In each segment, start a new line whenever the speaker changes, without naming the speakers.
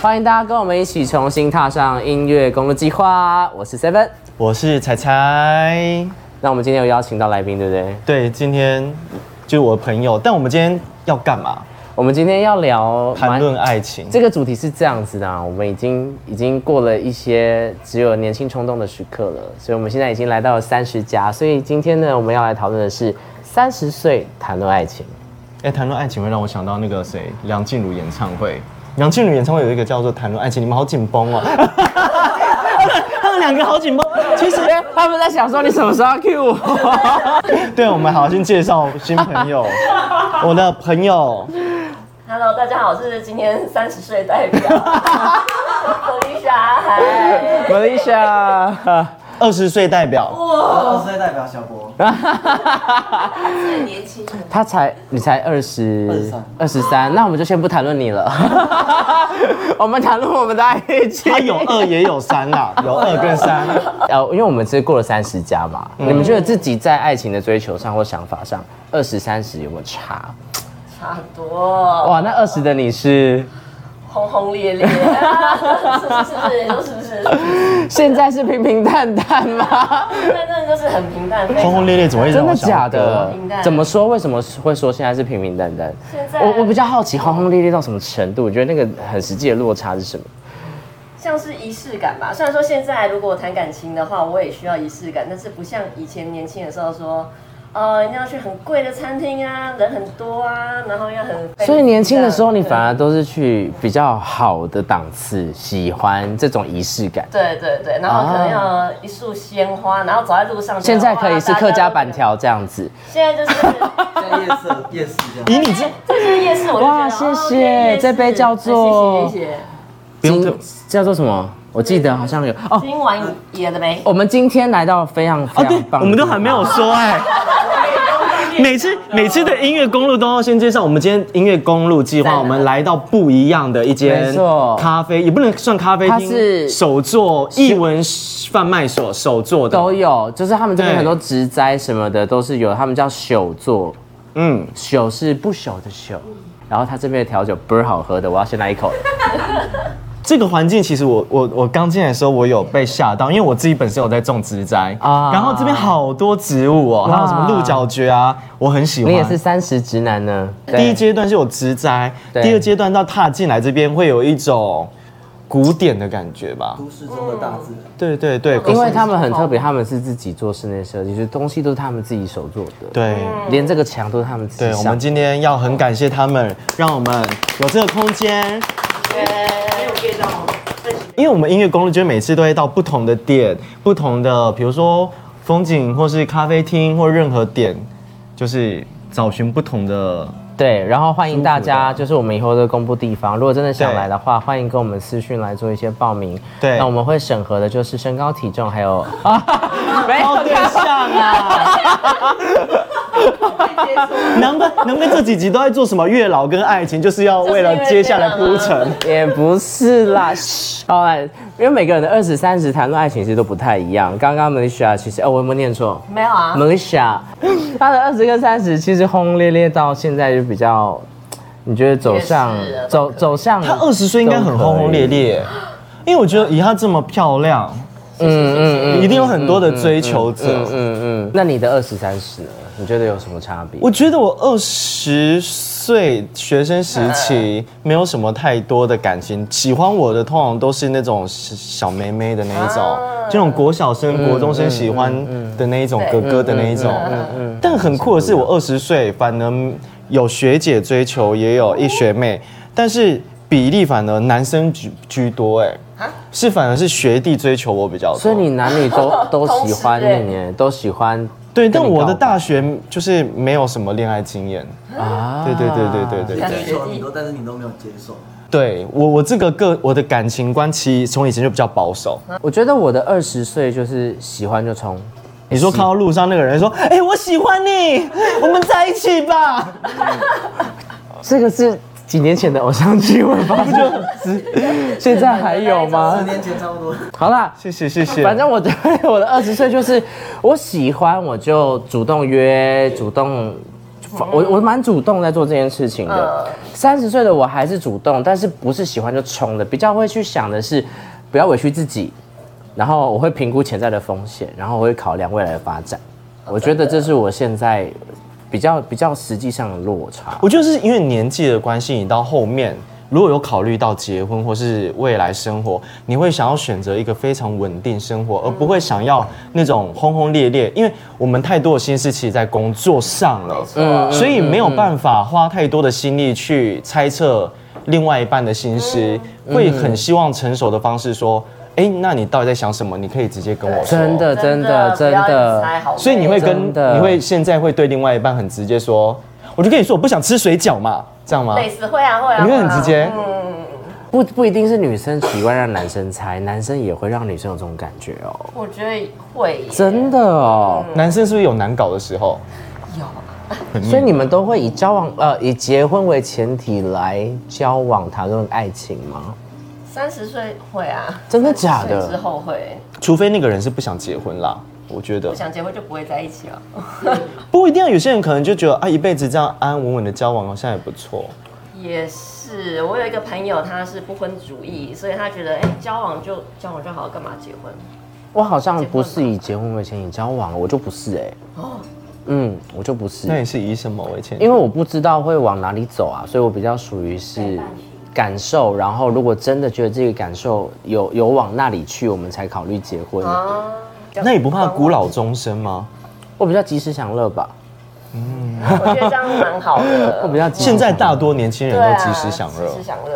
欢迎大家跟我们一起重新踏上音乐公路计划。我是 Seven，
我是彩彩。
那我们今天有邀请到来宾，对不对？
对，今天就是我的朋友，但我们今天要干嘛？
我们今天要聊
谈论爱情。
这个主题是这样子的、啊，我们已经已经过了一些只有年轻冲动的时刻了，所以我们现在已经来到了三十加，所以今天呢，我们要来讨论的是三十岁谈论爱情。
哎，谈论爱情会让我想到那个谁，梁静茹演唱会。梁静茹演唱会有一个叫做《谈论爱情》，你们好紧绷哦。 他们两个好紧绷。其实
他们在想说你什么时候要 cue 我。
对，我们好先介绍新朋 友，我的朋友。
Hello，大家好，我是今天三十岁代表，我丽莎，嗨，
我丽莎，
二十岁代表。
哇，二十岁代表小博。
最年轻的。
他才你才二十
23
二十三，那我们就先不谈论你了， 我们谈论我们的爱情。
他哎有二也有三啦，有二跟三。
呃，因为我们是过了三十加嘛，你们觉得自己在爱情的追求上或想法上，二十三十有没有差？
差很多，
哇，那二十的你是
轰轰烈烈，啊是是是，你说是不是？
现在是平平淡淡吗？
那真的就是很平淡，
轰轰烈烈怎么会 让
真
我
的
想
假
到这个
的
平淡？
怎么说？为什么会说现在是平平淡淡？
现在
我我比较好奇轰轰烈烈到什么程度？我觉得那个很实际的落差是什么？
像是仪式感吧。虽然说现在如果我谈感情的话，我也需要仪式感，但是不像以前年轻的时候说，呃，一定要去很贵的餐厅啊，人很多啊，然后要很。
所以年轻的时候，你
对
反而都是去比较好的档次，喜欢这种仪式感。
对对对，然后可能要一束鲜花，然后走在路上。
啊现在可以是
哇
客家板。
大
条这样子，
家都觉得现在就是，哎
在夜色夜市这
以
样。
你这
这是夜市，我就觉得哦
哇谢谢这杯叫做
哎
哦
谢谢谢谢。
不用
金
特
叫做什么？我记得好像有哦。
今晚野了没？
我们今天来到非常
哦，
非
对
常，棒，
我们都还没有。说哎。每次每次的音乐公路都要先介绍。我们今天音乐公路计
在
划，
哪
我们来到不一样的一
没
间
错
咖啡，也不能算咖啡
它
厅，
是
手作艺文贩卖所手作的。
都有，就是他们这边
对
很多植栽什么的都是有，他们叫朽作，
嗯，
朽是不朽的朽。然后他这边的调酒倍儿好喝的，我要先来一口。
啊这个环境其实我我我刚进来的时候，我有被吓到，因为我自己本身有在种植栽
啊
啊，然后这边好多植物哦，还有什么鹿角蕨啊，我很喜欢。
你也是三十直男呢？
第一
对
阶段是有植栽，
对
第二阶段到踏进来这边会有一种古典的感觉吧。
都市中的大自然。
对对对，可
因
是
为他们很特别，他们是自己做室内设计，就是东西都是他们自己手做的，
对
连这个墙都是他们自己
对，我
上
们。今天要很感谢他们，让我们有这个空间。
没有 get 到。
因为我们音乐公路就是每次都会到不同的点、不同的，比如说风景或是咖啡厅或任何点，就是找寻不同的。
对，然后欢迎大家，
舒服的
就是我们以后都公布地方，如果真的想来的话，欢迎跟我们私讯来做一些报名。
对
那我们会审核的就是身高、体重，还有 啊，没有
哦，对象啊！ 难怪难怪这几集都在做什么月老跟爱情，就是要为了接下来铺陈。
也不是啦，嘘好啦，因为每个人的二十三十谈论爱情其实都不太一样。刚刚 Malaysia 其实，哦，我有没有念错
没有啊，
？Malaysia，她的二十跟三十其实轰轰烈烈到现在就比较，你觉得走向
也是啊
走走向
她二十岁应该很轰轰烈烈，因为我觉得以她这么漂亮，嗯嗯，一定有很多的追求
嗯
者。
嗯嗯，那你的二十三十呢？你觉得有什么差别？
我觉得我二十岁学生时
嗯
期没有什么太多的感情，喜欢我的通常都是那种小妹妹的那一
啊
种，这种国小生、国中生喜欢的那一
嗯
种哥哥的那一种。但很酷的是，我二十岁反而有学姐追求，也有一学妹，但是比例反而男生居居多哎。是反而是学弟追求我比较多，
啊所以你男女都 都喜欢
同时
你耶，都喜欢
对，
跟你告
但
白。
我的大学就是没有什么恋爱经验，
啊
对对对对对对
感
对
觉，
追求很多，但是你都没有接受。
对我我这个个我的感情观其实从以前就比较保守。
我觉得我的二十岁就是喜欢就冲，
你说看到路上那个人说，哎、我喜欢你，我们在一起吧，
这个是几年前的偶像剧会发 生的事， 现在还有
十
吗？
年前差不多。
好啦，
谢谢谢谢。
反正我觉得我的二十岁就是我喜欢我就主动约，主动我我蛮主动在做这件事情的
嗯。
三十岁的我还是主动，但是不是喜欢就冲的，比较会去想的是不要委屈自己，然后我会评估潜在的风险，然后我会考量未来的发展。
哦
我觉得这是我现在比较比较实际上的落差。
我觉得是因为年纪的关系，你到后面如果有考虑到结婚或是未来生活，你会想要选择一个非常稳定生活，而不会想要那种轰轰烈烈，因为我们太多的心思其实在工作上了，
嗯
所以没有办法花太多的心力去猜测另外一半的心思，
嗯
会很希望成熟的方式说，哎，那你到底在想什么？你可以直接跟我说。
真的真的
不要
真的
一直猜好累
所以你会跟
真的
你会现在会对另外一半很直接说，我就跟你说我不想吃水饺嘛，这样吗？
类似会啊会啊，
你会很
啊
直接
嗯，
不不一定是女生习惯让男生猜，男生也会让女生有这种感觉哦，
我觉得会耶
真的哦。
男生是不是有难搞的时候？
有啊，
所以你们都会以交往呃以结婚为前提来交往谈论爱情吗？
三十岁会啊，
真的假的
30岁之后会，
除非那个人是不想结婚啦，我觉得
不想结婚就不会在一起了。
不一定啊。有些人可能就觉得啊，一辈子这样安安稳稳的交往好像也不错。
也是，我有一个朋友，他是不婚主义，所以他觉得，哎、交往就交往就好，干嘛结婚？
我好像不是以结婚为前提交往，我就不是哎、
哦，
嗯，我就不是，
那你是以什么为前提？
因为我不知道会往哪里走啊，所以我比较属于是感受，然后如果真的觉得这个感受有有往那里去，我们才考虑结婚。
啊，
那你不怕孤老终生吗？
我比较及时享乐吧，
我觉得这样蛮好
我
的。
比较及时
现在大多年轻人
对
都
啊
及时享乐
及时，享乐，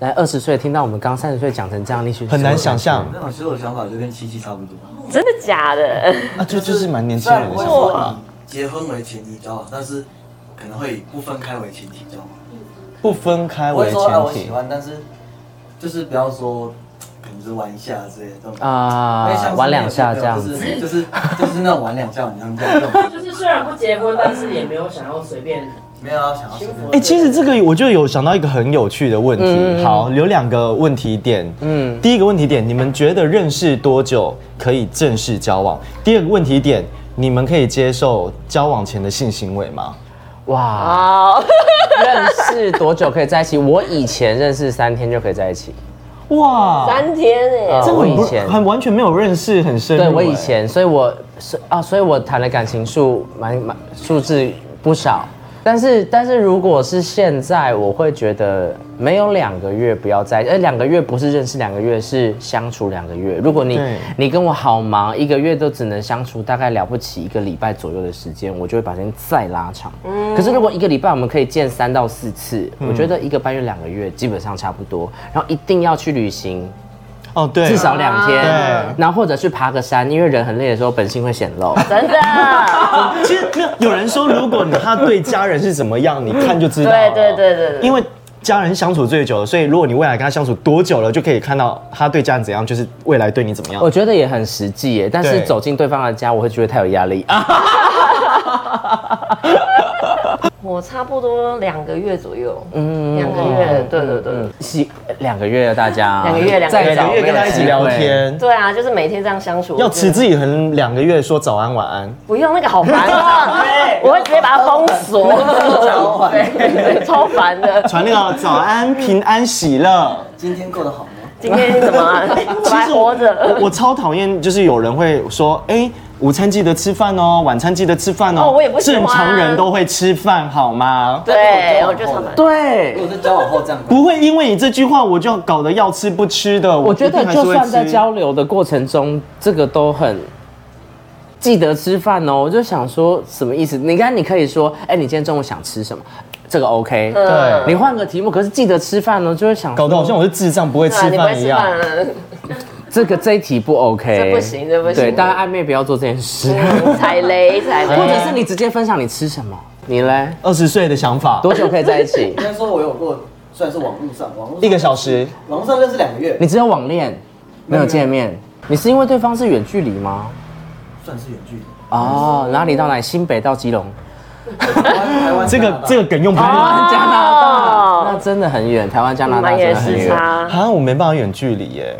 来二十岁听到我们刚三十岁讲成这样，你许
很难想象
那种其实我想法就跟七七差不多，
真的假的？
啊，这就是蛮年轻人的想
虽然不会
法
说
啦。
以嗯结婚为前提交往，但是可能会以不分开为前提交往。
不分开
我会
为
说啊，我
前
喜
提，
欢，但是就是不要说，可能是玩一下之类的这种。因
啊
为像，是
玩两下这样
就
子。
是就是就是那种玩两下，你像这样这种，
就是虽然不结婚，但是也没有想要随便。
没有啊要想要随便
幸福
哎、其实这个我就有想到一个很有趣的问题。
嗯
好，有两个问题点。嗯，第一个问题点，你们觉得认识多久可以正式交往？第二个问题点，你们可以接受交往前的性行为吗？
哇，
哦，
认识多久可以在一起？我以前认识三天就可以在一起，
哇，
三天哎、
这
这
我
很
以
不
前
很完全没有认识，很深入、
对我以
哎，
前，所以我是啊，所以我谈的感情数蛮蛮数字不少。但是但是如果是现在，我会觉得没有两个月不要在，呃，两个月不是认识两个月，是相处两个月。如果你
对
你跟我好忙，一个月都只能相处大概了不起一个礼拜左右的时间，我就会把时间再拉长。
嗯
可是如果一个礼拜我们可以见三到四次，我觉得一个半月两个月基本上差不多。然后一定要去旅行，
哦，对，
至少两天
对，
然后或者去爬个山，因为人很累的时候本性会显 露。
真的，
其实没有有人说，如果你他对家人是怎么样，你看就知道了。
对对对对对，
因为家人相处最久了，所以如果你未来跟他相处多久了，就可以看到他对家人怎样，就是未来对你怎么样
我。觉得也很实际耶，但是
对
走进对方的家，我会觉得太有压力啊。
我差不多两个月左右，嗯，两个月，对对对
嗯
对。
是两个月，大家
两个月两个
再
月
早
每个月跟他一起聊天，
对啊，就是每天这样相处，
要
我觉
持
得
之以恒两个月说早安晚安，
不用那个好烦啊！ 我会直接把它封 锁，对，超烦的。
传那个早安平安喜乐。
今天过得好吗？
今天怎么啊？我还活
我
着？
我超讨厌，就是有人会说，哎、午餐记得吃饭哦，晚餐记得吃饭哦。
哦我也不喜欢
正常人都会吃饭好吗？
对，我就常常
对
如，果是交往后这样子，？
不会因为你这句话我就搞得要吃不吃的。
我觉
一
得
定还是
就
会
算在
吃
交流的过程中，这个都很记得吃饭哦。我就想说什么意思？你看，你可以说，哎，你今天中午想吃什么？这个 OK。
呃
对
你换个题目，可是记得吃饭哦，就会想
搞得好像我是智障不会吃
对啊你不会
饭一
吃
样。
饭啊？
这个这一题不 OK，
这不行这不行
对，大家暧昧不要做这件事，
嗯踩雷踩雷，
或者是
哎
你直接分享你吃什么，你嘞
二十岁的想法，
多久可以在一起
先说我有过，虽然是网络上，网络
一个小，时。
网络上认识两个月，
你只有网恋，没有见
嗯
面，你是因为对方是远距离吗？
算是远距离。
哦，哪里到哪里？新北到基隆，
台湾台湾
这个这
个，
个梗用不
台
哦
完。
湾加拿大，那真的很远，台湾加拿大
蛮
真
也
的很
时
远。
啊
差。
啊，我没办法远距离耶。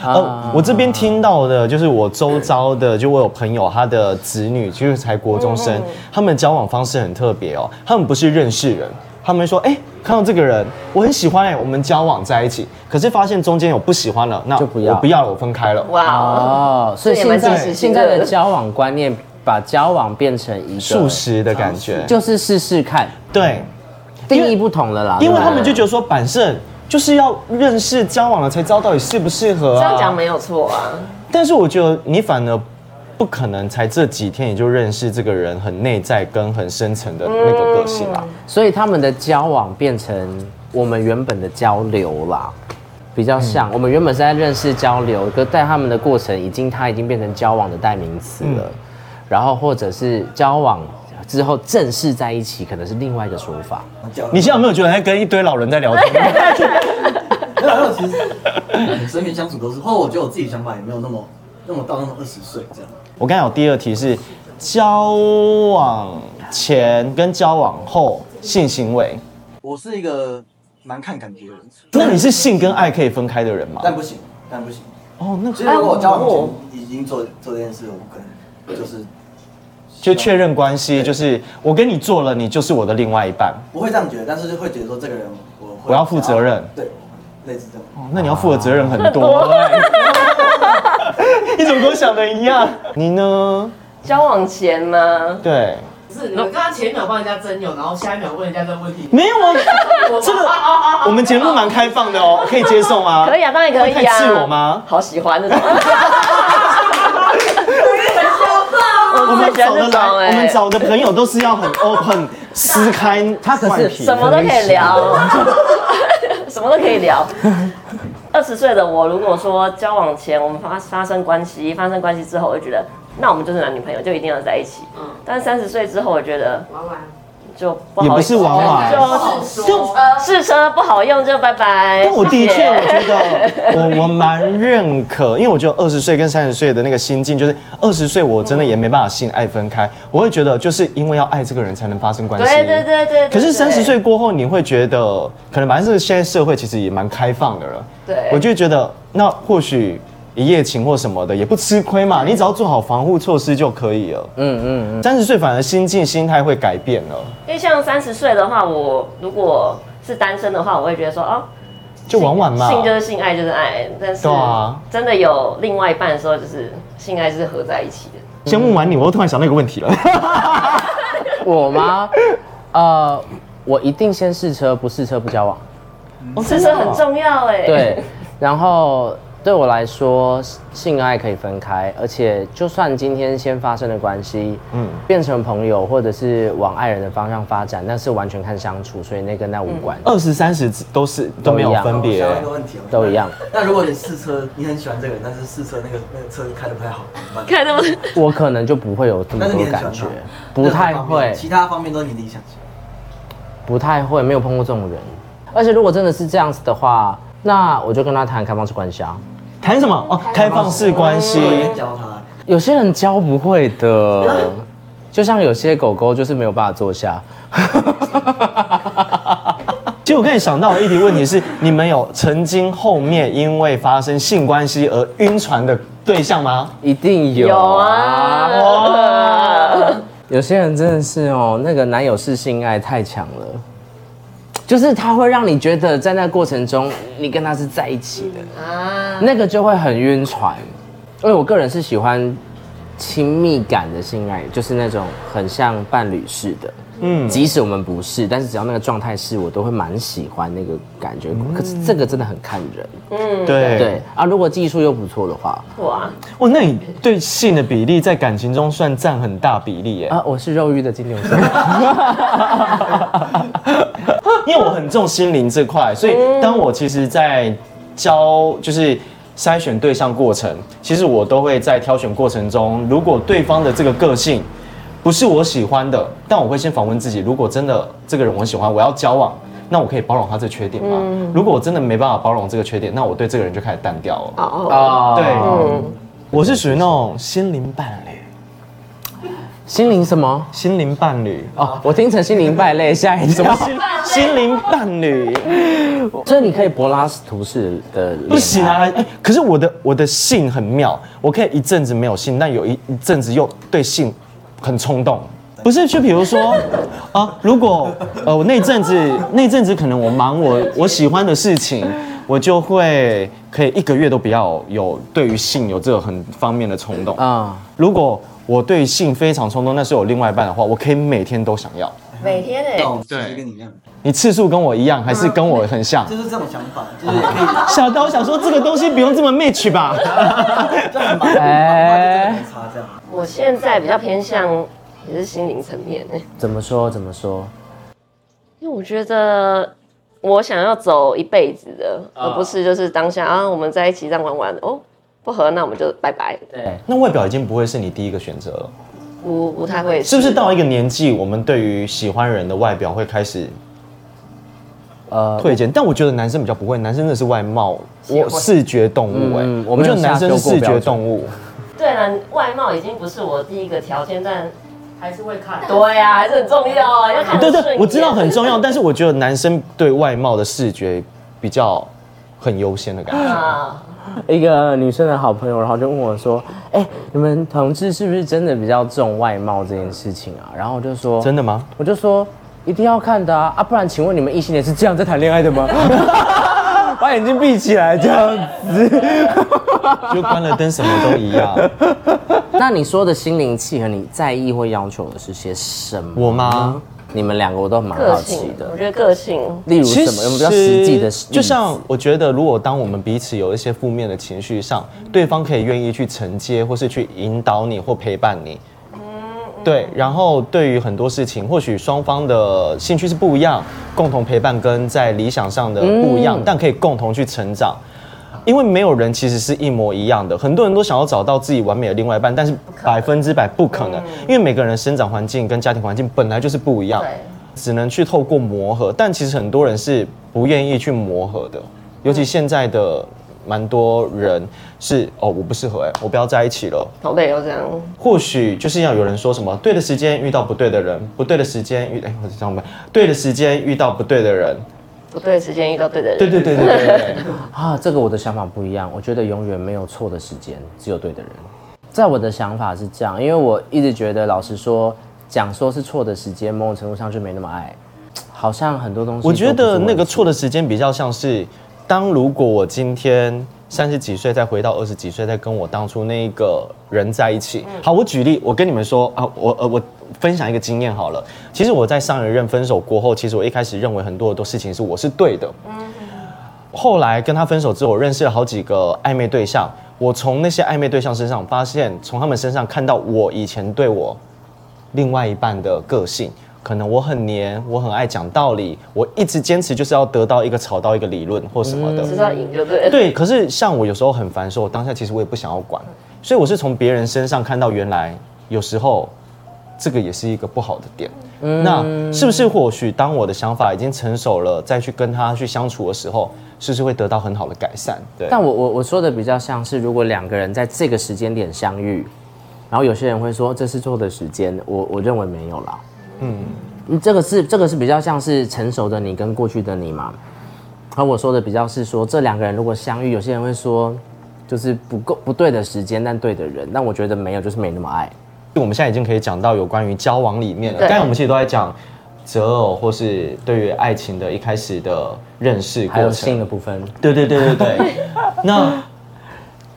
呃，我这边听到的就是我周遭的，就我有朋友他的子女就是才国中生，他们交往方式很特别哦，他们不是认识人。他们说：“哎、看到这个人，我很喜欢哎、我们交往在一起。可是发现中间有不喜欢了，那
就不要
我不要了，我分开了。
哇
啊
哦，
哦，所以
这也
现
蛮
在
现实
现
性
在
的
的交往观念，把交往变成一个
素，食的感觉，
就是试试看，
对，
定义不同了啦。
因为
对
他们就觉得说板胜就是要认识交往了才知道到底适不适合、
这
啊。
样讲没有错啊。
但是我觉得你反而不可能才这几天你就认识这个人很内在跟很深层的那个个性啊啦。
所以他们的交往变成我们原本的交流啦，比较像、我们原本是在认识交流，可在他们的过程已经他已经变成交往的代名词了，然后或者是交往之后正式在一起，可能是另外一个说法。
你现在有没有觉得在跟一堆老人在聊天？
没有，没有，其实身边相处都是，或者我觉得我自己想法也没有那么那么到那么二十岁这样。
我刚才有第二题是交往前跟交往后性行为，
我是一个蛮看感觉的人，
那你是性跟爱可以分开的人吗？
但不行，但不行。
哦，那
其实如果我交往前已经做做这件事，我可能就是
就确认关系，就是我跟你做了，你就是我的另外一半。
不会这样觉得，但是就会觉得说这个人我会
我要负责任
对，类似这种。
哦那你要负的责任很多、 欸。你怎么跟我想的一样？你呢？
交往前吗？
对，
不是你们刚刚前一秒帮人家征友，然后下一秒问人家这个问题，
没有啊，
我
这个 我们节目蛮开放的哦，可以接受吗？
可以啊，当然可
会
以啊。
太赤裸吗？
好喜欢那种。我
我
最
们
喜欢
找
这
的
种
来，我
哎
们，找的朋友都是要很 open，撕开他可
是
什么都可以聊， 什么都可以聊。二十岁的我，如果说交往前我们发发生关系，发生关系之后，我就觉得那我们就是男女朋友，就一定要在一起。
嗯
但三十岁之后，我觉得
玩完
就不好
也不是啊往来
不
就
好说。
试车不好用就拜拜。
但我的
谢
确，
谢
我觉得我我蛮认可，因为我觉得二十岁跟三十岁的那个心境，就是二十岁我真的也没办法性爱分开，我会觉得就是因为要爱这个人才能发生关系。
对对对对对。
可是
对
三十岁过后，你会觉得，可能反正是现在社会其实也蛮开放的了。
对
我就觉得那或许一夜情或什么的也不吃亏嘛，你只要做好防护措施就可以了。嗯嗯嗯。三十岁反而心境心态会改变了，
因为像三十岁的话，我如果是单身的话，我会觉得说哦，
就玩玩嘛。
性就是性，爱就是爱。但是
对啊
真的有另外一半的时候，就是性爱是合在一起的。
先问完你，我又突然想到一个问题了。
我吗？呃，我一定先试车，不试车不交往。
吃车很重要哎、
对，然后对我来说，性爱可以分开，而且就算今天先发生的关系，嗯，变成朋友或者是往爱人的方向发展，那是完全看相处，所以那跟那无关。
嗯
二十三十都是都没有分别
我。想到一个问题哦，
都一样。
那如果你试车，你很喜欢这个人，但是试车那个那个车开的不太好，怎么办？
看那么
我可能就不会有这么
但是
多
你很喜
感
欢
觉
他，，
不太
任何方面
会，
其他方面都是你理想型。
不太会，没有碰过这种人。而且如果真的是这样子的话，那我就跟他谈开放式关系啊。
谈什么？哦，开放式关系。
我也教他，
有些人教不会 的，就像有些狗狗就是没有办法坐下。
其实我刚才想到的一题问题是，你们有曾经后面因为发生性关系而晕船的对象吗？
一定有
有
啊！
哦
啊，
有些人真的是哦，那个男友是性爱太强了，就是他会让你觉得在那过程中你跟他是在一起的，
啊，
那个就会很晕船。因为我个人是喜欢亲密感的性爱，就是那种很像伴侣式的。嗯，即使我们不是，但是只要那个状态是我都会蛮喜欢那个感觉。可是这个真的很看人，
对
嗯对啊，如果技术又不错的话，
哇，
哇，那你对性的比例在感情中算占很大比例耶，
啊，我是肉欲的金牛座。
因为我很重心灵这块，所以
嗯
当我其实，在教就是筛选对象过程，其实我都会在挑选过程中，如果对方的这个个性不是我喜欢的，但我会先反问自己，如果真的这个人我喜欢，我要交往。那我可以包容他这个缺点吗？
嗯
如果我真的没办法包容这个缺点，那我对这个人就开始淡掉了。
哦，
哦，
对，我是属于那种心灵伴侣。
心灵什么？
心灵伴侣，
哦，我听成心灵败类，吓一跳。
心灵伴侣
所以你可以柏拉图式的恋爱
不行啊！哎可是我的我的性很妙，我可以一阵子没有性，但有一一阵子又对性很冲动。不是，就比如说， 啊，如果呃我那阵子那阵子可能我忙我我喜欢的事情，我就会可以一个月都不要有对于性有这个很方面的冲动。
啊、
如果我对性非常冲动，那是有另外一半的话，我可以每天都想要。
每天哎、
懂，
对
就是跟你一样，
你次数跟我一样，还是跟我很像？
就是这种想法，就是可以，
小刀想说这个东西不用这么 match 吧？
就很麻烦，
哎
哎，没差这样。
我现在比较偏向也是心灵层面哎、
怎么说？怎么说？
因为我觉得我想要走一辈子的，
啊
而不是就是当下啊我们在一起这样玩玩哦，不合那我们就拜拜。
对，
那外表已经不会是你第一个选择了，
不不太会，
是不是？到一个年纪，我们对于喜欢人的外表会开始
呃，
退减？但我觉得男生比较不会，男生真的是外貌，我视觉动物哎、
嗯
我
我没
觉
有
得男生是视
下修过
觉
标准
动物，
对了，外貌已经不是我第一个条件，但
还是会看。
对呀、还是很重要啊，要
嗯
看
对对，
得顺
我知道
眼
很重要，但是我觉得男生对外貌的视觉比较很优先的感觉。
啊。
一个女生的好朋友，然后就问我说：“哎、你们同志是不是真的比较重外貌这件事情啊？”然后我就说：“
真的吗？
我就说一定要看的啊，啊不然请问你们异性恋是这样在谈恋爱的吗？ 把眼睛闭起来这样 子。
就关了灯，什么都一样。
那你说的心灵契合，你在意或要求的是些什么？
我吗？
你们两个我都蛮
个
好奇
性，我
的，
觉得个性
例如什么？有没有比较实际的例子？
就像我觉得，如果当我们彼此有一些负面的情绪上，
嗯
对方可以愿意去承接，或是去引导你或陪伴你。
嗯
对，然后对于很多事情，或许双方的兴趣是不一样，共同陪伴跟在理想上的不
嗯
一样，但可以共同去成长。因为没有人其实是一模一样的，很多人都想要找到自己完美的另外一半，但是百分之百不可
嗯
能，因为每个人生长环境跟家庭环境本来就是不一样
对，
只能去透过磨合。但其实很多人是不愿意去磨合的，尤其现在的蛮多人是哦，我不适合哎、我不要在一起了，
好累哦，这样
或许就是要有人说什么对的时间遇到不对的人，不对的时间遇哎，我这样吧，对的时间遇到不对的人，
不对的时间遇到对的人，
对对对对对对，
啊，这个我的想法不一样，我觉得永远没有错的时间，只有对的人。在我的想法是这样，因为我一直觉得，老实说，讲说是错的时间，某种程度上就没那么爱，好像很多东西都
我
不是
觉
问题。
得那个错的时间比较像是，当如果我今天三十几岁再回到二十几岁，再跟我当初那一个人在一起。好，我举例，我跟你们说啊，我呃我分享一个经验好了。其实我在上一任分手过后，其实我一开始认为很多的事情是我是对的。后来跟他分手之后，我认识了好几个暧昧对象。我从那些暧昧对象身上发现，从他们身上看到我以前对我另外一半的个性。可能我很黏，我很爱讲道理，我一直坚持就是要得到一个吵到一个理论或什么的。
知道赢就 对了。
对，可是像我有时候很烦，说我当下其实我也不想要管，所以我是从别人身上看到原来有时候这个也是一个不好的点。
嗯
那是不是或许当我的想法已经成熟了，再去跟他去相处的时候，是不是会得到很好的改善？对，
但我我我说的比较像是，如果两个人在这个时间点相遇，然后有些人会说这是错的时间，我我认为没有啦。嗯，这个是这个是比较像是成熟的你跟过去的你嘛。而我说的比较是说，这两个人如果相遇，有些人会说就是不够不对的时间，但对的人。但我觉得没有，就是没那么爱。
我们现在已经可以讲到有关于交往里面了。
对
刚才我们其实都在讲择偶或是对于爱情的一开始的认识
还
过
有
程啊
性。的部分，
对对对对对。那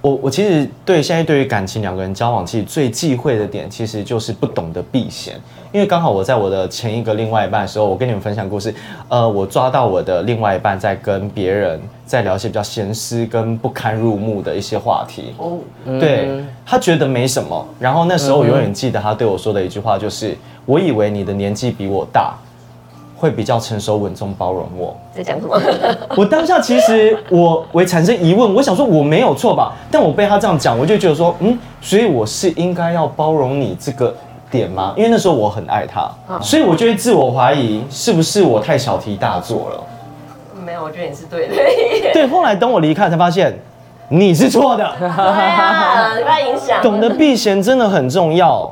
我我其实对现在对于感情两个人交往，其实最忌讳的点其实就是不懂得避嫌。因为刚好我在我的前一个另外一半的时候，我跟你们分享故事，呃，我抓到我的另外一半在跟别人在聊一些比较闲私跟不堪入目的一些话题。
哦，
对他觉得没什么。然后那时候我永远记得他对我说的一句话，就是：“我以为你的年纪比我大，会比较成熟稳重包容我。
在讲什么？”
我当下其实我我也产生疑问，我想说我没有错吧？但我被他这样讲，我就觉得说，嗯，所以我是应该要包容你这个。点吗？因为那时候我很爱他，所以我就会自我怀疑，是不是我太小题大做了？
没有，我觉得你是对的。 对
对，后来等我离开才发现，你是错的。
啊，你不要影响。
懂得避嫌真的很重要。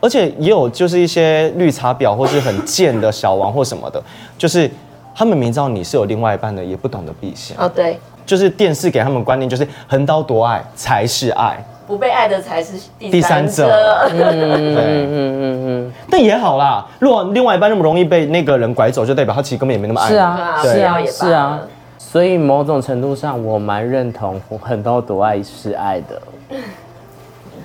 而且也有就是一些绿茶婊或是很贱的小王或什么的，就是他们明知道你是有另外一半的，也不懂得避嫌。
哦，对，
就是电视给他们观念就是横刀夺爱才是爱，
不被爱的才是第
第
三
三
者。
者
嗯
对。
嗯嗯嗯
但也好啦，如果另外一半那么容易被那个人拐走，就代表他其实根本也没那么
嗯，
爱
是
你。
啊，
对
是啊，
也罢
是啊。所以某种程度上，我蛮认同很多独爱是爱的，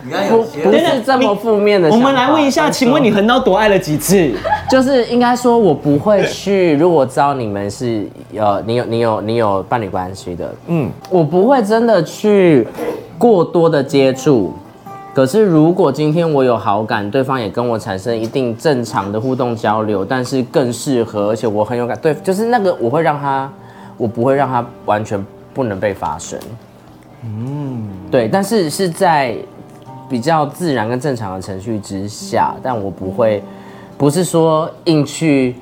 你看
不
有些
不是这么负面的
我
想法。
们来问一下，
但是
请问你横刀夺爱了几次？
就是应该说，我不会去。如果知道你们是呃，你有你有你有伴侣关系的，
嗯，
我不会真的去过多的接触。可是如果今天我有好感，对方也跟我产生一定正常的互动交流，但是更适合，而且我很有感，对，就是那个我会让他，我不会让他完全不能被发生。嗯，对，但是是在比较自然跟正常的程序之下，但我不会，不是说硬去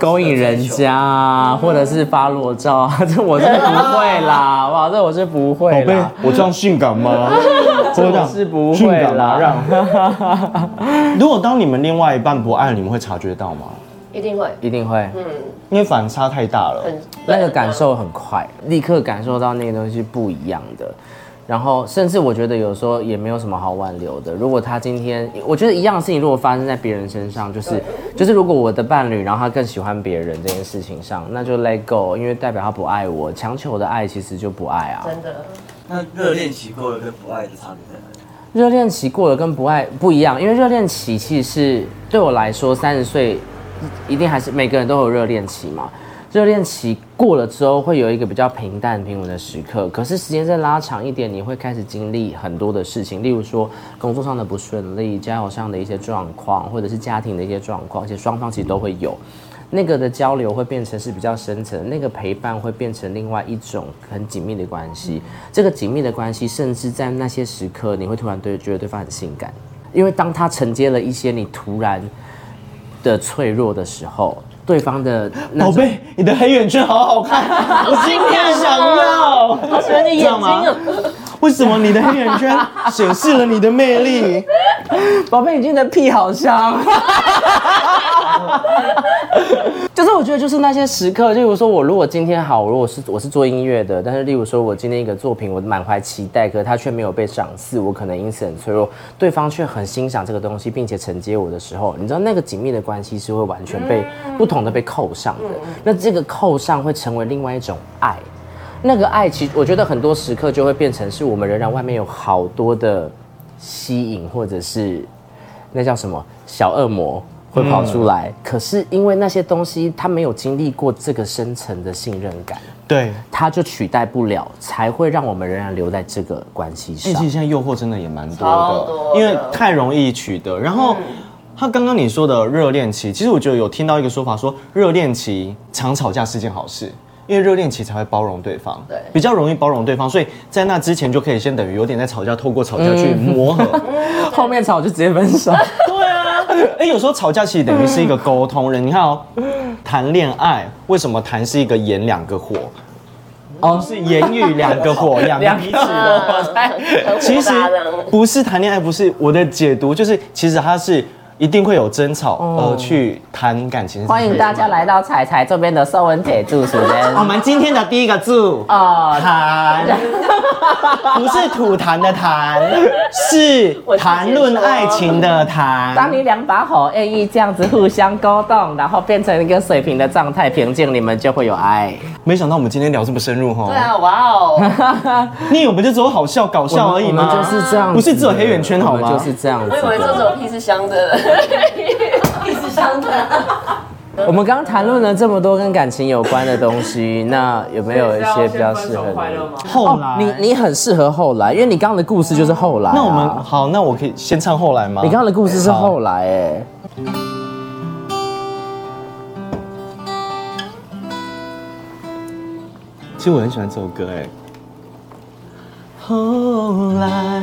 勾引人，家啊，或者是发裸照啊， 这我是不会啦，哇，这我是不会啦。，
我这样性感 吗？
这我是不会啦，
如果当你们另外一半不爱，你们会察觉到吗？
一定会，
一定会，
因为反差太大了。
很
那个感受很快，立刻感受到那个东西不一样的。然后，甚至我觉得有时候也没有什么好挽留的。如果他今天，我觉得一样的事情如果发生在别人身上，就是就是如果我的伴侣，然后他更喜欢别人这件事情上，那就 let go，因为代表他不爱我。强求的爱其实就不爱啊。
真 的，
那热恋期过了跟不爱的差别在哪里？
热恋期过了跟不爱不一样，因为热恋期其实是对我来说，三十岁一定还是每个人都有热恋期嘛。热恋期过了之后，会有一个比较平淡平稳的时刻。可是时间再拉长一点，你会开始经历很多的事情，例如说工作上的不顺利、交友上的一些状况，或者是家庭的一些状况，而且双方其实都会有。那个的交流会变成是比较深层的，那个陪伴会变成另外一种很紧密的关系。这个紧密的关系，甚至在那些时刻，你会突然对觉得对方很性感，因为当他承接了一些你突然的脆弱的时候，对方的那
宝
种
贝，你的黑眼圈好好 看，我今天想要。
好喜欢你眼睛
这
啊！
为什么你的黑眼圈显示了你的魅力？
宝贝，你今天的屁好香。就是我觉得 就是那些时刻，例如说我如果今天好，如果是我是做音乐的，但是例如说我今天一个作品，我满怀期待，可它却没有被赏识，我可能因此很脆弱，对方却很欣赏这个东西，并且承接我的时候，你知道那个紧密的关系是会完全被不同的被扣上的，那这个扣上会成为另外一种爱。那个爱，其实我觉得很多时刻就会变成是我们仍然外面有好多的吸引，或者是那叫什么小恶魔会跑出来。
嗯
可是因为那些东西，他没有经历过这个深层的信任感，
对，
他就取代不了，才会让我们仍然留在这个关系
哎其
上
实。现在诱惑真的也蛮多
超
的，嗯
多的
因为太容易取得。然后、他刚刚你说的热恋期，其实我觉得有听到一个说法说，热恋期常吵架是件好事。因为热恋期才会包容对方，
对
比较容易包容对方，所以在那之前就可以先等于有点在吵架，透过吵架去磨合。
后面吵就直接分手。
对啊，哎、有时候吵架其实等于是一个沟通人。你看哦，
嗯
谈恋爱为什么谈是一个言两个火，
哦，
是言语两 个火，两个彼此的
嗯很
其
火
实
大的，
不是谈恋爱，不是我的解读，就是其实他是一定会有争吵，而去谈感情。
哦欢迎大家来到彩彩这边的宋文铁住所间。
哦我们今天的第一个字
哦，
谈，不是吐痰的痰，是
我是
谈论爱情的
当
谈。
你两把火愿意这样子互相勾动，然后变成一个水平的状态平静，你们就会有爱。
没想到我们今天聊这么深入哈
对，啊，哇哦，
你以为我们就只有好笑搞笑而已
我们
吗？
就是这样子的，
不是只有黑眼圈好吗
我们就是这样子
我
的。
以为这种屁是香的，屁是香的，
我们刚刚谈论了这么多跟感情有关的东西，那有没有一些比较适合
分手快乐
哦你？
吗？
后来，
你你很适合后来，因为你刚刚的故事就是后来啊、
哦那我们好，那我可以先唱后来吗？
你刚刚的故事是后来哎、
其实我很喜欢这首歌哎。后来，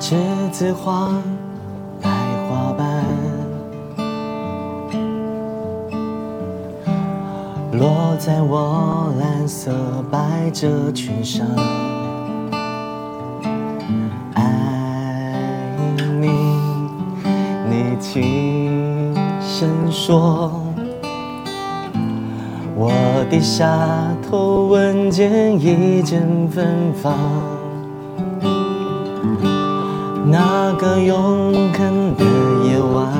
栀子花开花瓣，落在我蓝色百褶裙上。爱你，你轻声说，我低下头，闻见一阵芬芳。那个永恒的夜晚，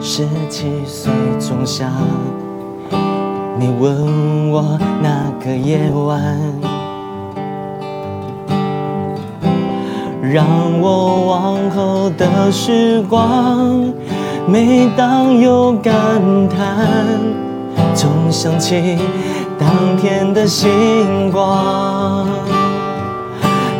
十七岁仲夏，你问我那个夜晚，让我往后的时光，每当有感叹，总想起当天的星光。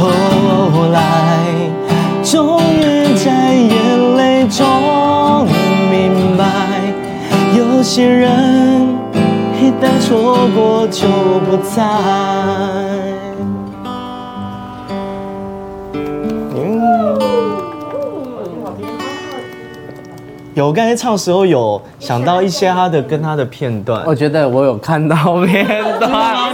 后来，终于在眼泪中明白，有些人一旦错过就不再。有，刚才唱时候有想到一些他的跟他的片段，
我觉得我有看到片段，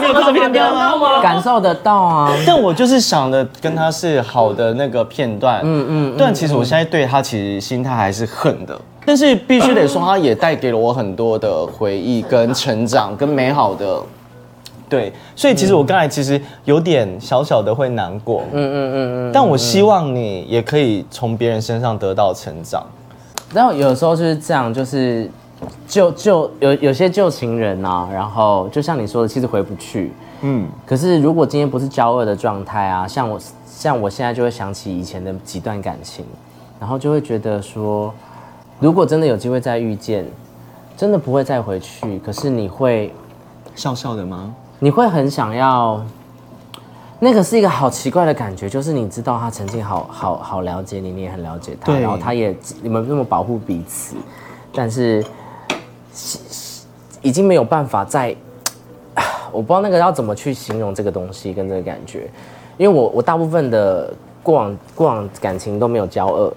有照片段吗？
感受得到啊。
但我就是想的跟他是好的那个片段，嗯嗯，但其实我现在对他其实心态还是恨的，但是必须得说，他也带给了我很多的回忆、跟成长、跟美好的，对，所以其实我刚才其实有点小小的会难过，嗯嗯嗯嗯，但我希望你也可以从别人身上得到成长，
然后有时候就是这样，就是旧旧有有些旧情人啊，然后就像你说的，其实回不去。
嗯，
可是如果今天不是交恶的状态啊，像我像我现在就会想起以前的几段感情，然后就会觉得说，如果真的有机会再遇见，真的不会再回去。可是你会
笑笑的吗？
你会很想要，那个是一个好奇怪的感觉，就是你知道他曾经好好好了解你，你也很了解他，
对
然后他也你们那么保护彼此，但是已经没有办法再， 我不知道那个要怎么去形容这个东西跟这个感觉，因为我我大部分的过往过往感情都没有交恶。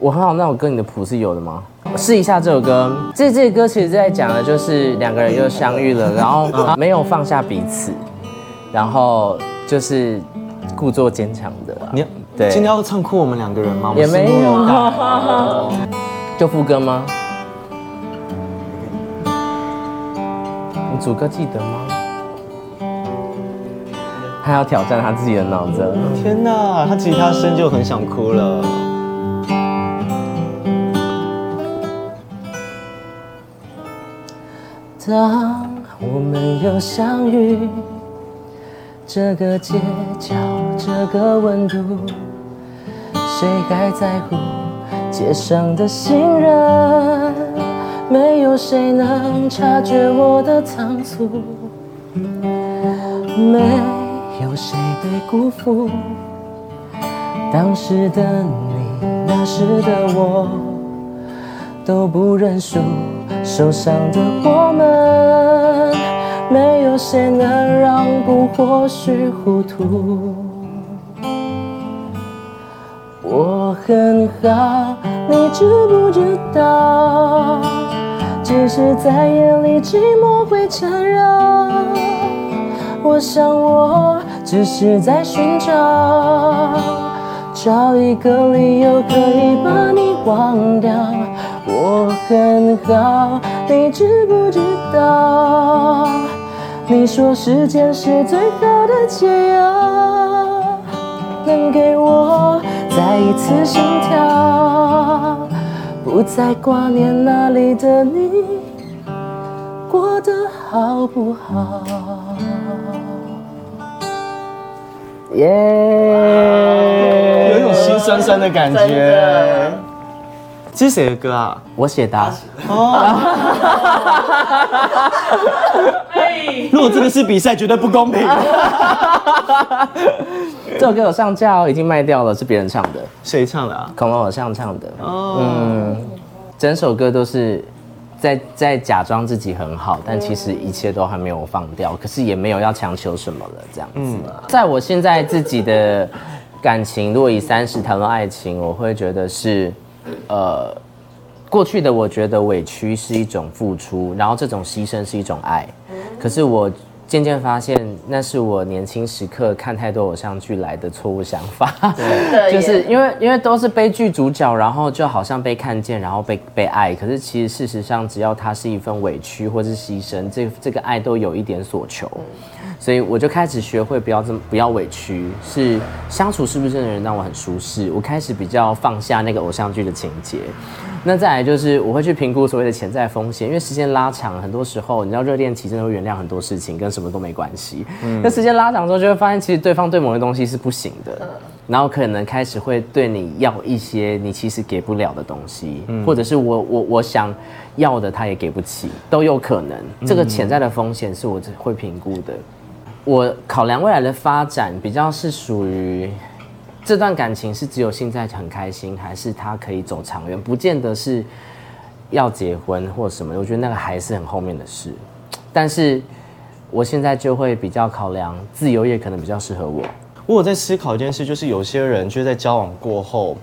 我很好，那首歌你的谱是有的吗？我试一下这首歌，这这歌其实在讲的就是两个人又相遇了，然后没有放下彼此，然后就是故作坚强的，
你要
对
今天要唱哭我们两个人吗？我
也
们
没
是录
有
音带
啊，就副歌吗？你主歌记得吗？他要挑战他自己的脑子了。
天哪，他吉他声就很想哭了。
当我们又相遇，这个街角，这个温度，谁还在乎街上的行人？没有谁能察觉我的仓促，没有谁被辜负。当时的你，那时的我。都不认输，受伤的我们，没有谁能让步或是糊涂。我很好，你知不知道？只是在夜里寂寞会缠绕。我想我只是在寻找，找一个理由可以把你忘掉。我很好，你知不知道？你说时间是最好的解药。能给我再再一次心跳，不再挂念那里的你过得好不好。耶、
有一种心酸酸的感
真的
觉。这是谁的歌啊？
我写答、
哎，
如果这个是比赛，绝对不公 平。
这首歌有上架哦，已经卖掉了，是别人唱的，
谁唱的啊？
恐龙偶像唱的。
哦，
整首歌都是在在假装自己很好，但其实一切都还没有放掉，可是也没有要强求什么了，这样子。在我现在自己的感情，如果以三十谈论爱情，我会觉得是，呃，过去的我觉得委屈是一种付出，然后这种牺牲是一种爱，可是我。渐渐发现，那是我年轻时刻看太多偶像剧来的错误想法。
的耶
就是因为因为都是悲剧主角，然后就好像被看见，然后被被爱。可是其实事实上，只要它是一份委屈或是牺牲，这这个爱都有一点所求。所以我就开始学会不要这么不要委屈，是相处是不是真的人让我很舒适？我开始比较放下那个偶像剧的情节。那再来就是我会去评估所谓的潜在风险，因为时间拉长，很多时候你知道热恋期真的会原谅很多事情，跟什么都没关系。那时间拉长之后，就会发现其实对方对某些东西是不行的，然后可能开始会对你要一些你其实给不了的东西，或者是我我我想要的他也给不起，都有可能。这个潜在的风险是我会评估的。我考量未来的发展，比较是属于这段感情是只有现在很开心，还是它可以走长远？不见得是要结婚或什么，我觉得那个还是很后面的事。但是我现在就会比较考量自由业可能比较适合我，
我有在思考一件事，就是有些人就是在交往过后，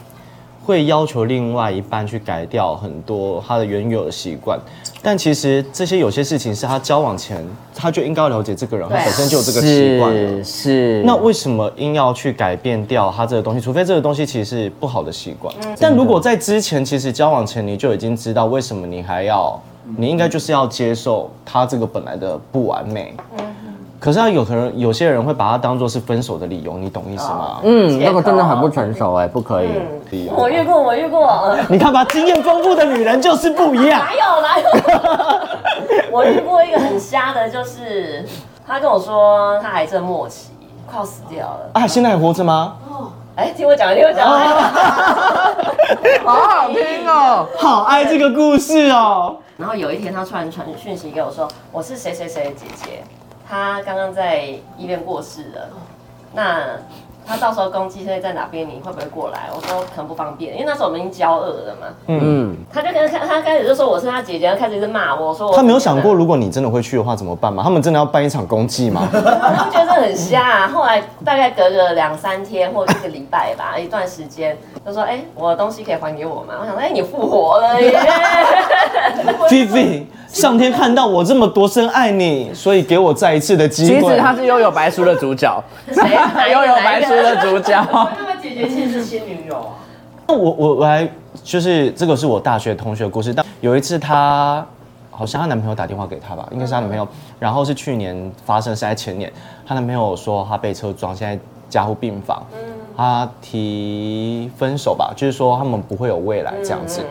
会要求另外一半去改掉很多他的原有的习惯，但其实这些有些事情是他交往前他就应该要了解这个人，他
对啊
本身就有这个习惯了。
嗯是是。
那为什么硬要去改变掉他这个东西？除非这个东西其实是不好的习惯。但如果在之前，其实交往前你就已经知道为什么你还要，你应该就是要接受他这个本来的不完美。可是他有可能有些人会把它当做是分手的理由，你懂意思吗？
嗯，那个真的很不成熟哎、不可以。
理由
我遇过，我遇过，呃
你看吧，经验丰富的女人就是不一样
哪。有哪有？ 我遇过一个很瞎的，就是他跟我说他癌症末期，快要死掉了。
啊，现在还活着吗？
哎，听我讲，听我 讲，好好听哦。
好爱这个故事哦。
然后有一天，他突然传讯息给我说：“我是谁谁谁的姐姐，她刚刚在医院过世了。那她到时候公祭会在哪边？你会不会过来？”我说：“可能不方便，因为那时候我们已经交恶了嘛。
嗯，”
他就跟他他开始就说我是他姐姐，他开始一直骂我说我
他没有想过，如果你真的会去的话怎么办吗？他们真的要办一场公祭吗？
他觉得这很瞎、啊。后来大概隔个两三天或者一个礼拜吧，一段时间，就说：“哎、我的东西可以还给我吗？”我想：“哎、你复活了耶！”
Vivi，上天看到我这么多深爱你，所以给我再一次的机
其
会
实。他是《悠悠白书》的主角，
谁啊哪一个
悠悠白书》的主角。
那个姐姐其实是新女友啊。
那我我我来，就是这个是我大学同学的故事。但有一次她好像她男朋友打电话给她吧，应该是她男
嗯
朋友，然后是去年发生，是在前年，她男朋友说她被车撞，现在加护病房。
嗯
她提分手吧，就是说他们不会有未来这样子。
嗯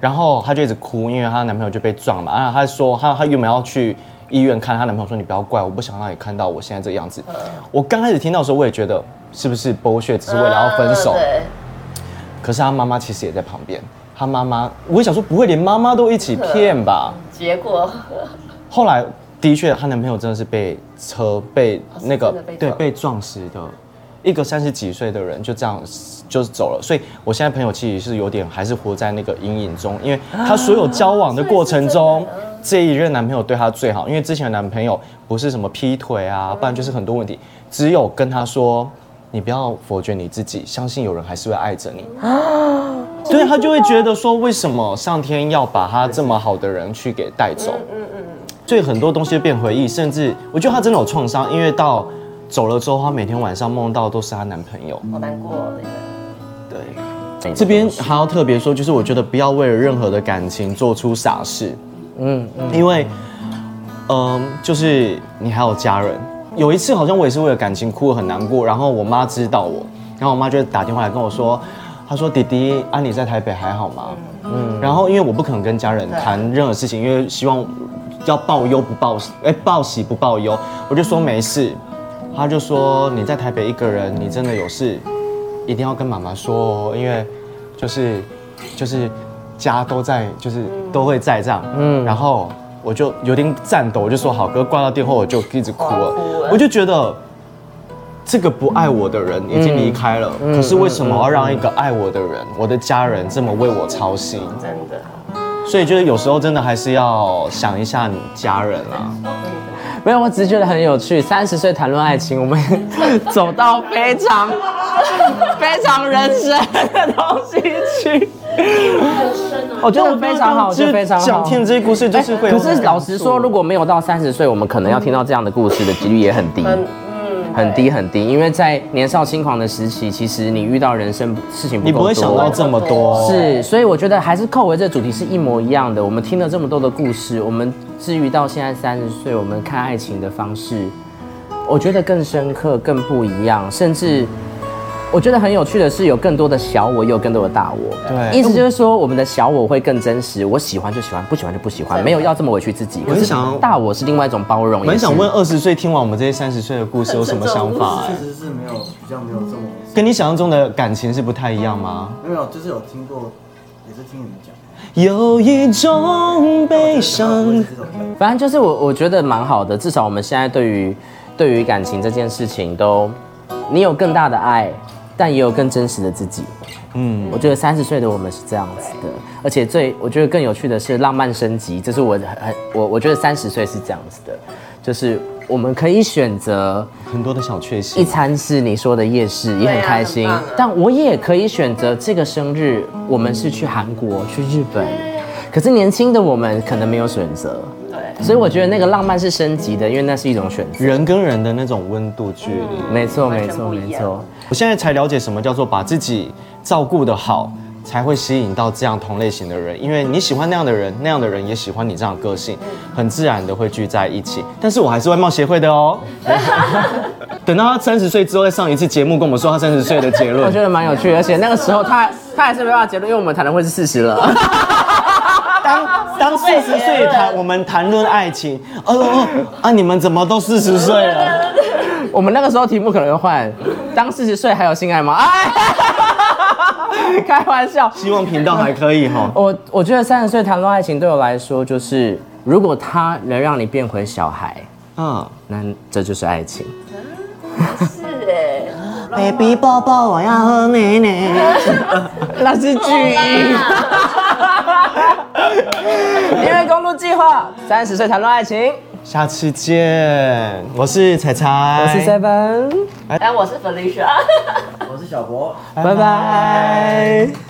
然后她就一直哭，因为她男朋友就被撞嘛。啊，她说她她原本要去医院看她男朋友，说你不要怪我，我不想让你看到我现在这个样子。
嗯
我刚开始听到的时候，我也觉得是不是剥削，只是为了要分手。
嗯对
可是她妈妈其实也在旁边，她妈妈，我也想说不会连妈妈都一起骗吧？
结果
后来的确，她男朋友真的是被车被
哦是
那个
真的被
对
撞
被撞死的，一个三十几岁的人就这样就是走了。所以我现在朋友其实是有点还是活在那个阴影中，因为她所有交往啊的过程中。这一任男朋友对她最好，因为之前的男朋友不是什么劈腿啊，不然就是很多问题。只有跟她说，你不要否决你自己，相信有人还是会爱着你。啊对，他就会觉得说，为什么上天要把他这么好的人去给带走？所以很多东西就变回忆，甚至我觉得她真的有创伤，因为到走了之后，她每天晚上梦到都是她男朋友。
好难过的一个。
对，这边还要特别说，就是我觉得不要为了任何的感情做出傻事，
嗯嗯，
因为，嗯，就是你还有家人。有一次好像我也是为了感情哭得很难过，然后我妈知道我，然后我妈就打电话来跟我说。他说：“弟弟，啊，你在台北还好吗？”嗯，然后因为我不肯跟家人谈任何事情，因为希望要报忧不报喜，哎，报喜不报忧，我就说没事。他就说：“你在台北一个人，你真的有事，一定要跟妈妈说哦，因为就是就是家都在，就是都会在这样。”嗯，然后我就有点颤抖，我就说：“好哥，挂到电话我就一直哭了。
哭了
我就觉得。这个不爱我的人已经离开了，可是为什么我要让一个爱我的人，我的家人这么为我操心？
真的，
所以就是有时候真的还是要想一下你家人啊啦。
没有，我只是觉得很有趣。三十岁谈论爱情，我们 走到非常 非常人生的东西去。我觉得非常好，我觉得非常好。哎
讲天这些故事就是会有
可
这种感触。
是老实说，如果没有到三十岁，我们可能要听到这样的故事的几率也很低，
很嗯，
很
对
低很低。因为在年少轻狂的时期，其实你遇到人生事情不
你不
够
会
多，
想到这么多，
是，所以我觉得还是扣回这主题是一模一样的。我们听了这么多的故事，我们至于到现在三十岁，我们看爱情的方式，我觉得更深刻、更不一样，甚至。我觉得很有趣的是，有更多的小我，也有更多的大我。
对
意思就是说，我们的小我会更真实，我喜欢就喜欢，不喜欢就不喜欢，没有要这么委屈自己。
我
可
很
是
想要
大我是另外一种包容。
蛮
也是
想问，二十岁听完我们这些三十岁的故事有什么想法、哎
确实是没有比较没有这么回事，
跟你想象中的感情是不太一样吗？
没有就是有听过，也是听你们讲，
有一种悲伤。
这种感觉
反正就是我，我觉得蛮好的。至少我们现在对于对于感情这件事情都，你有更大的爱，但也有更真实的自己。嗯，我觉得三十岁的我们是这样子的，而且最我觉得更有趣的是浪漫升级，这是我很我我觉得三十岁是这样子的，就是我们可以选择
很多的小确
一
幸，
餐是你说的夜市，也很开心。
很棒啊
但我也可以选择这个生日，我们是去韩国、去日本。可是年轻的我们可能没有选择，
对
所以我觉得那个浪漫是升级的，因为那是一种选择。
人跟人的那种温度距离。
没错，
完
没
全
错，
不一样
没错。
我现在才了解什么叫做把自己照顾得好，才会吸引到这样同类型的人。因为你喜欢那样的人，那样的人也喜欢你这样的个性，很自然的会聚在一起。但是我还是外貌协会的哦。 等到他三十岁之后再上一次节目，跟我们说他三十岁的结
我
论
觉。得蛮有趣的，而且那个时候他他还是没办法结论，因为我们谈的会是四十了。
当当四十岁谈我们谈论爱情，哦哦啊，你们怎么都四十 岁了？
我们那个时候题目可能会换，当四十岁还有性爱吗？哎， 开玩笑。
希望频道还可以哈。
我我觉得三十岁谈论爱情对我来说，就是如果它能让你变回小孩，
嗯
那这就是爱情。
是哎，
，baby 抱抱，我要喝奶奶。
那是巨婴。 因为公路计划，三十岁谈论爱情。
下次见，我是彩彩，
我是
哎
Seven，
哎，我是 Felicia。
我是小博。
拜拜。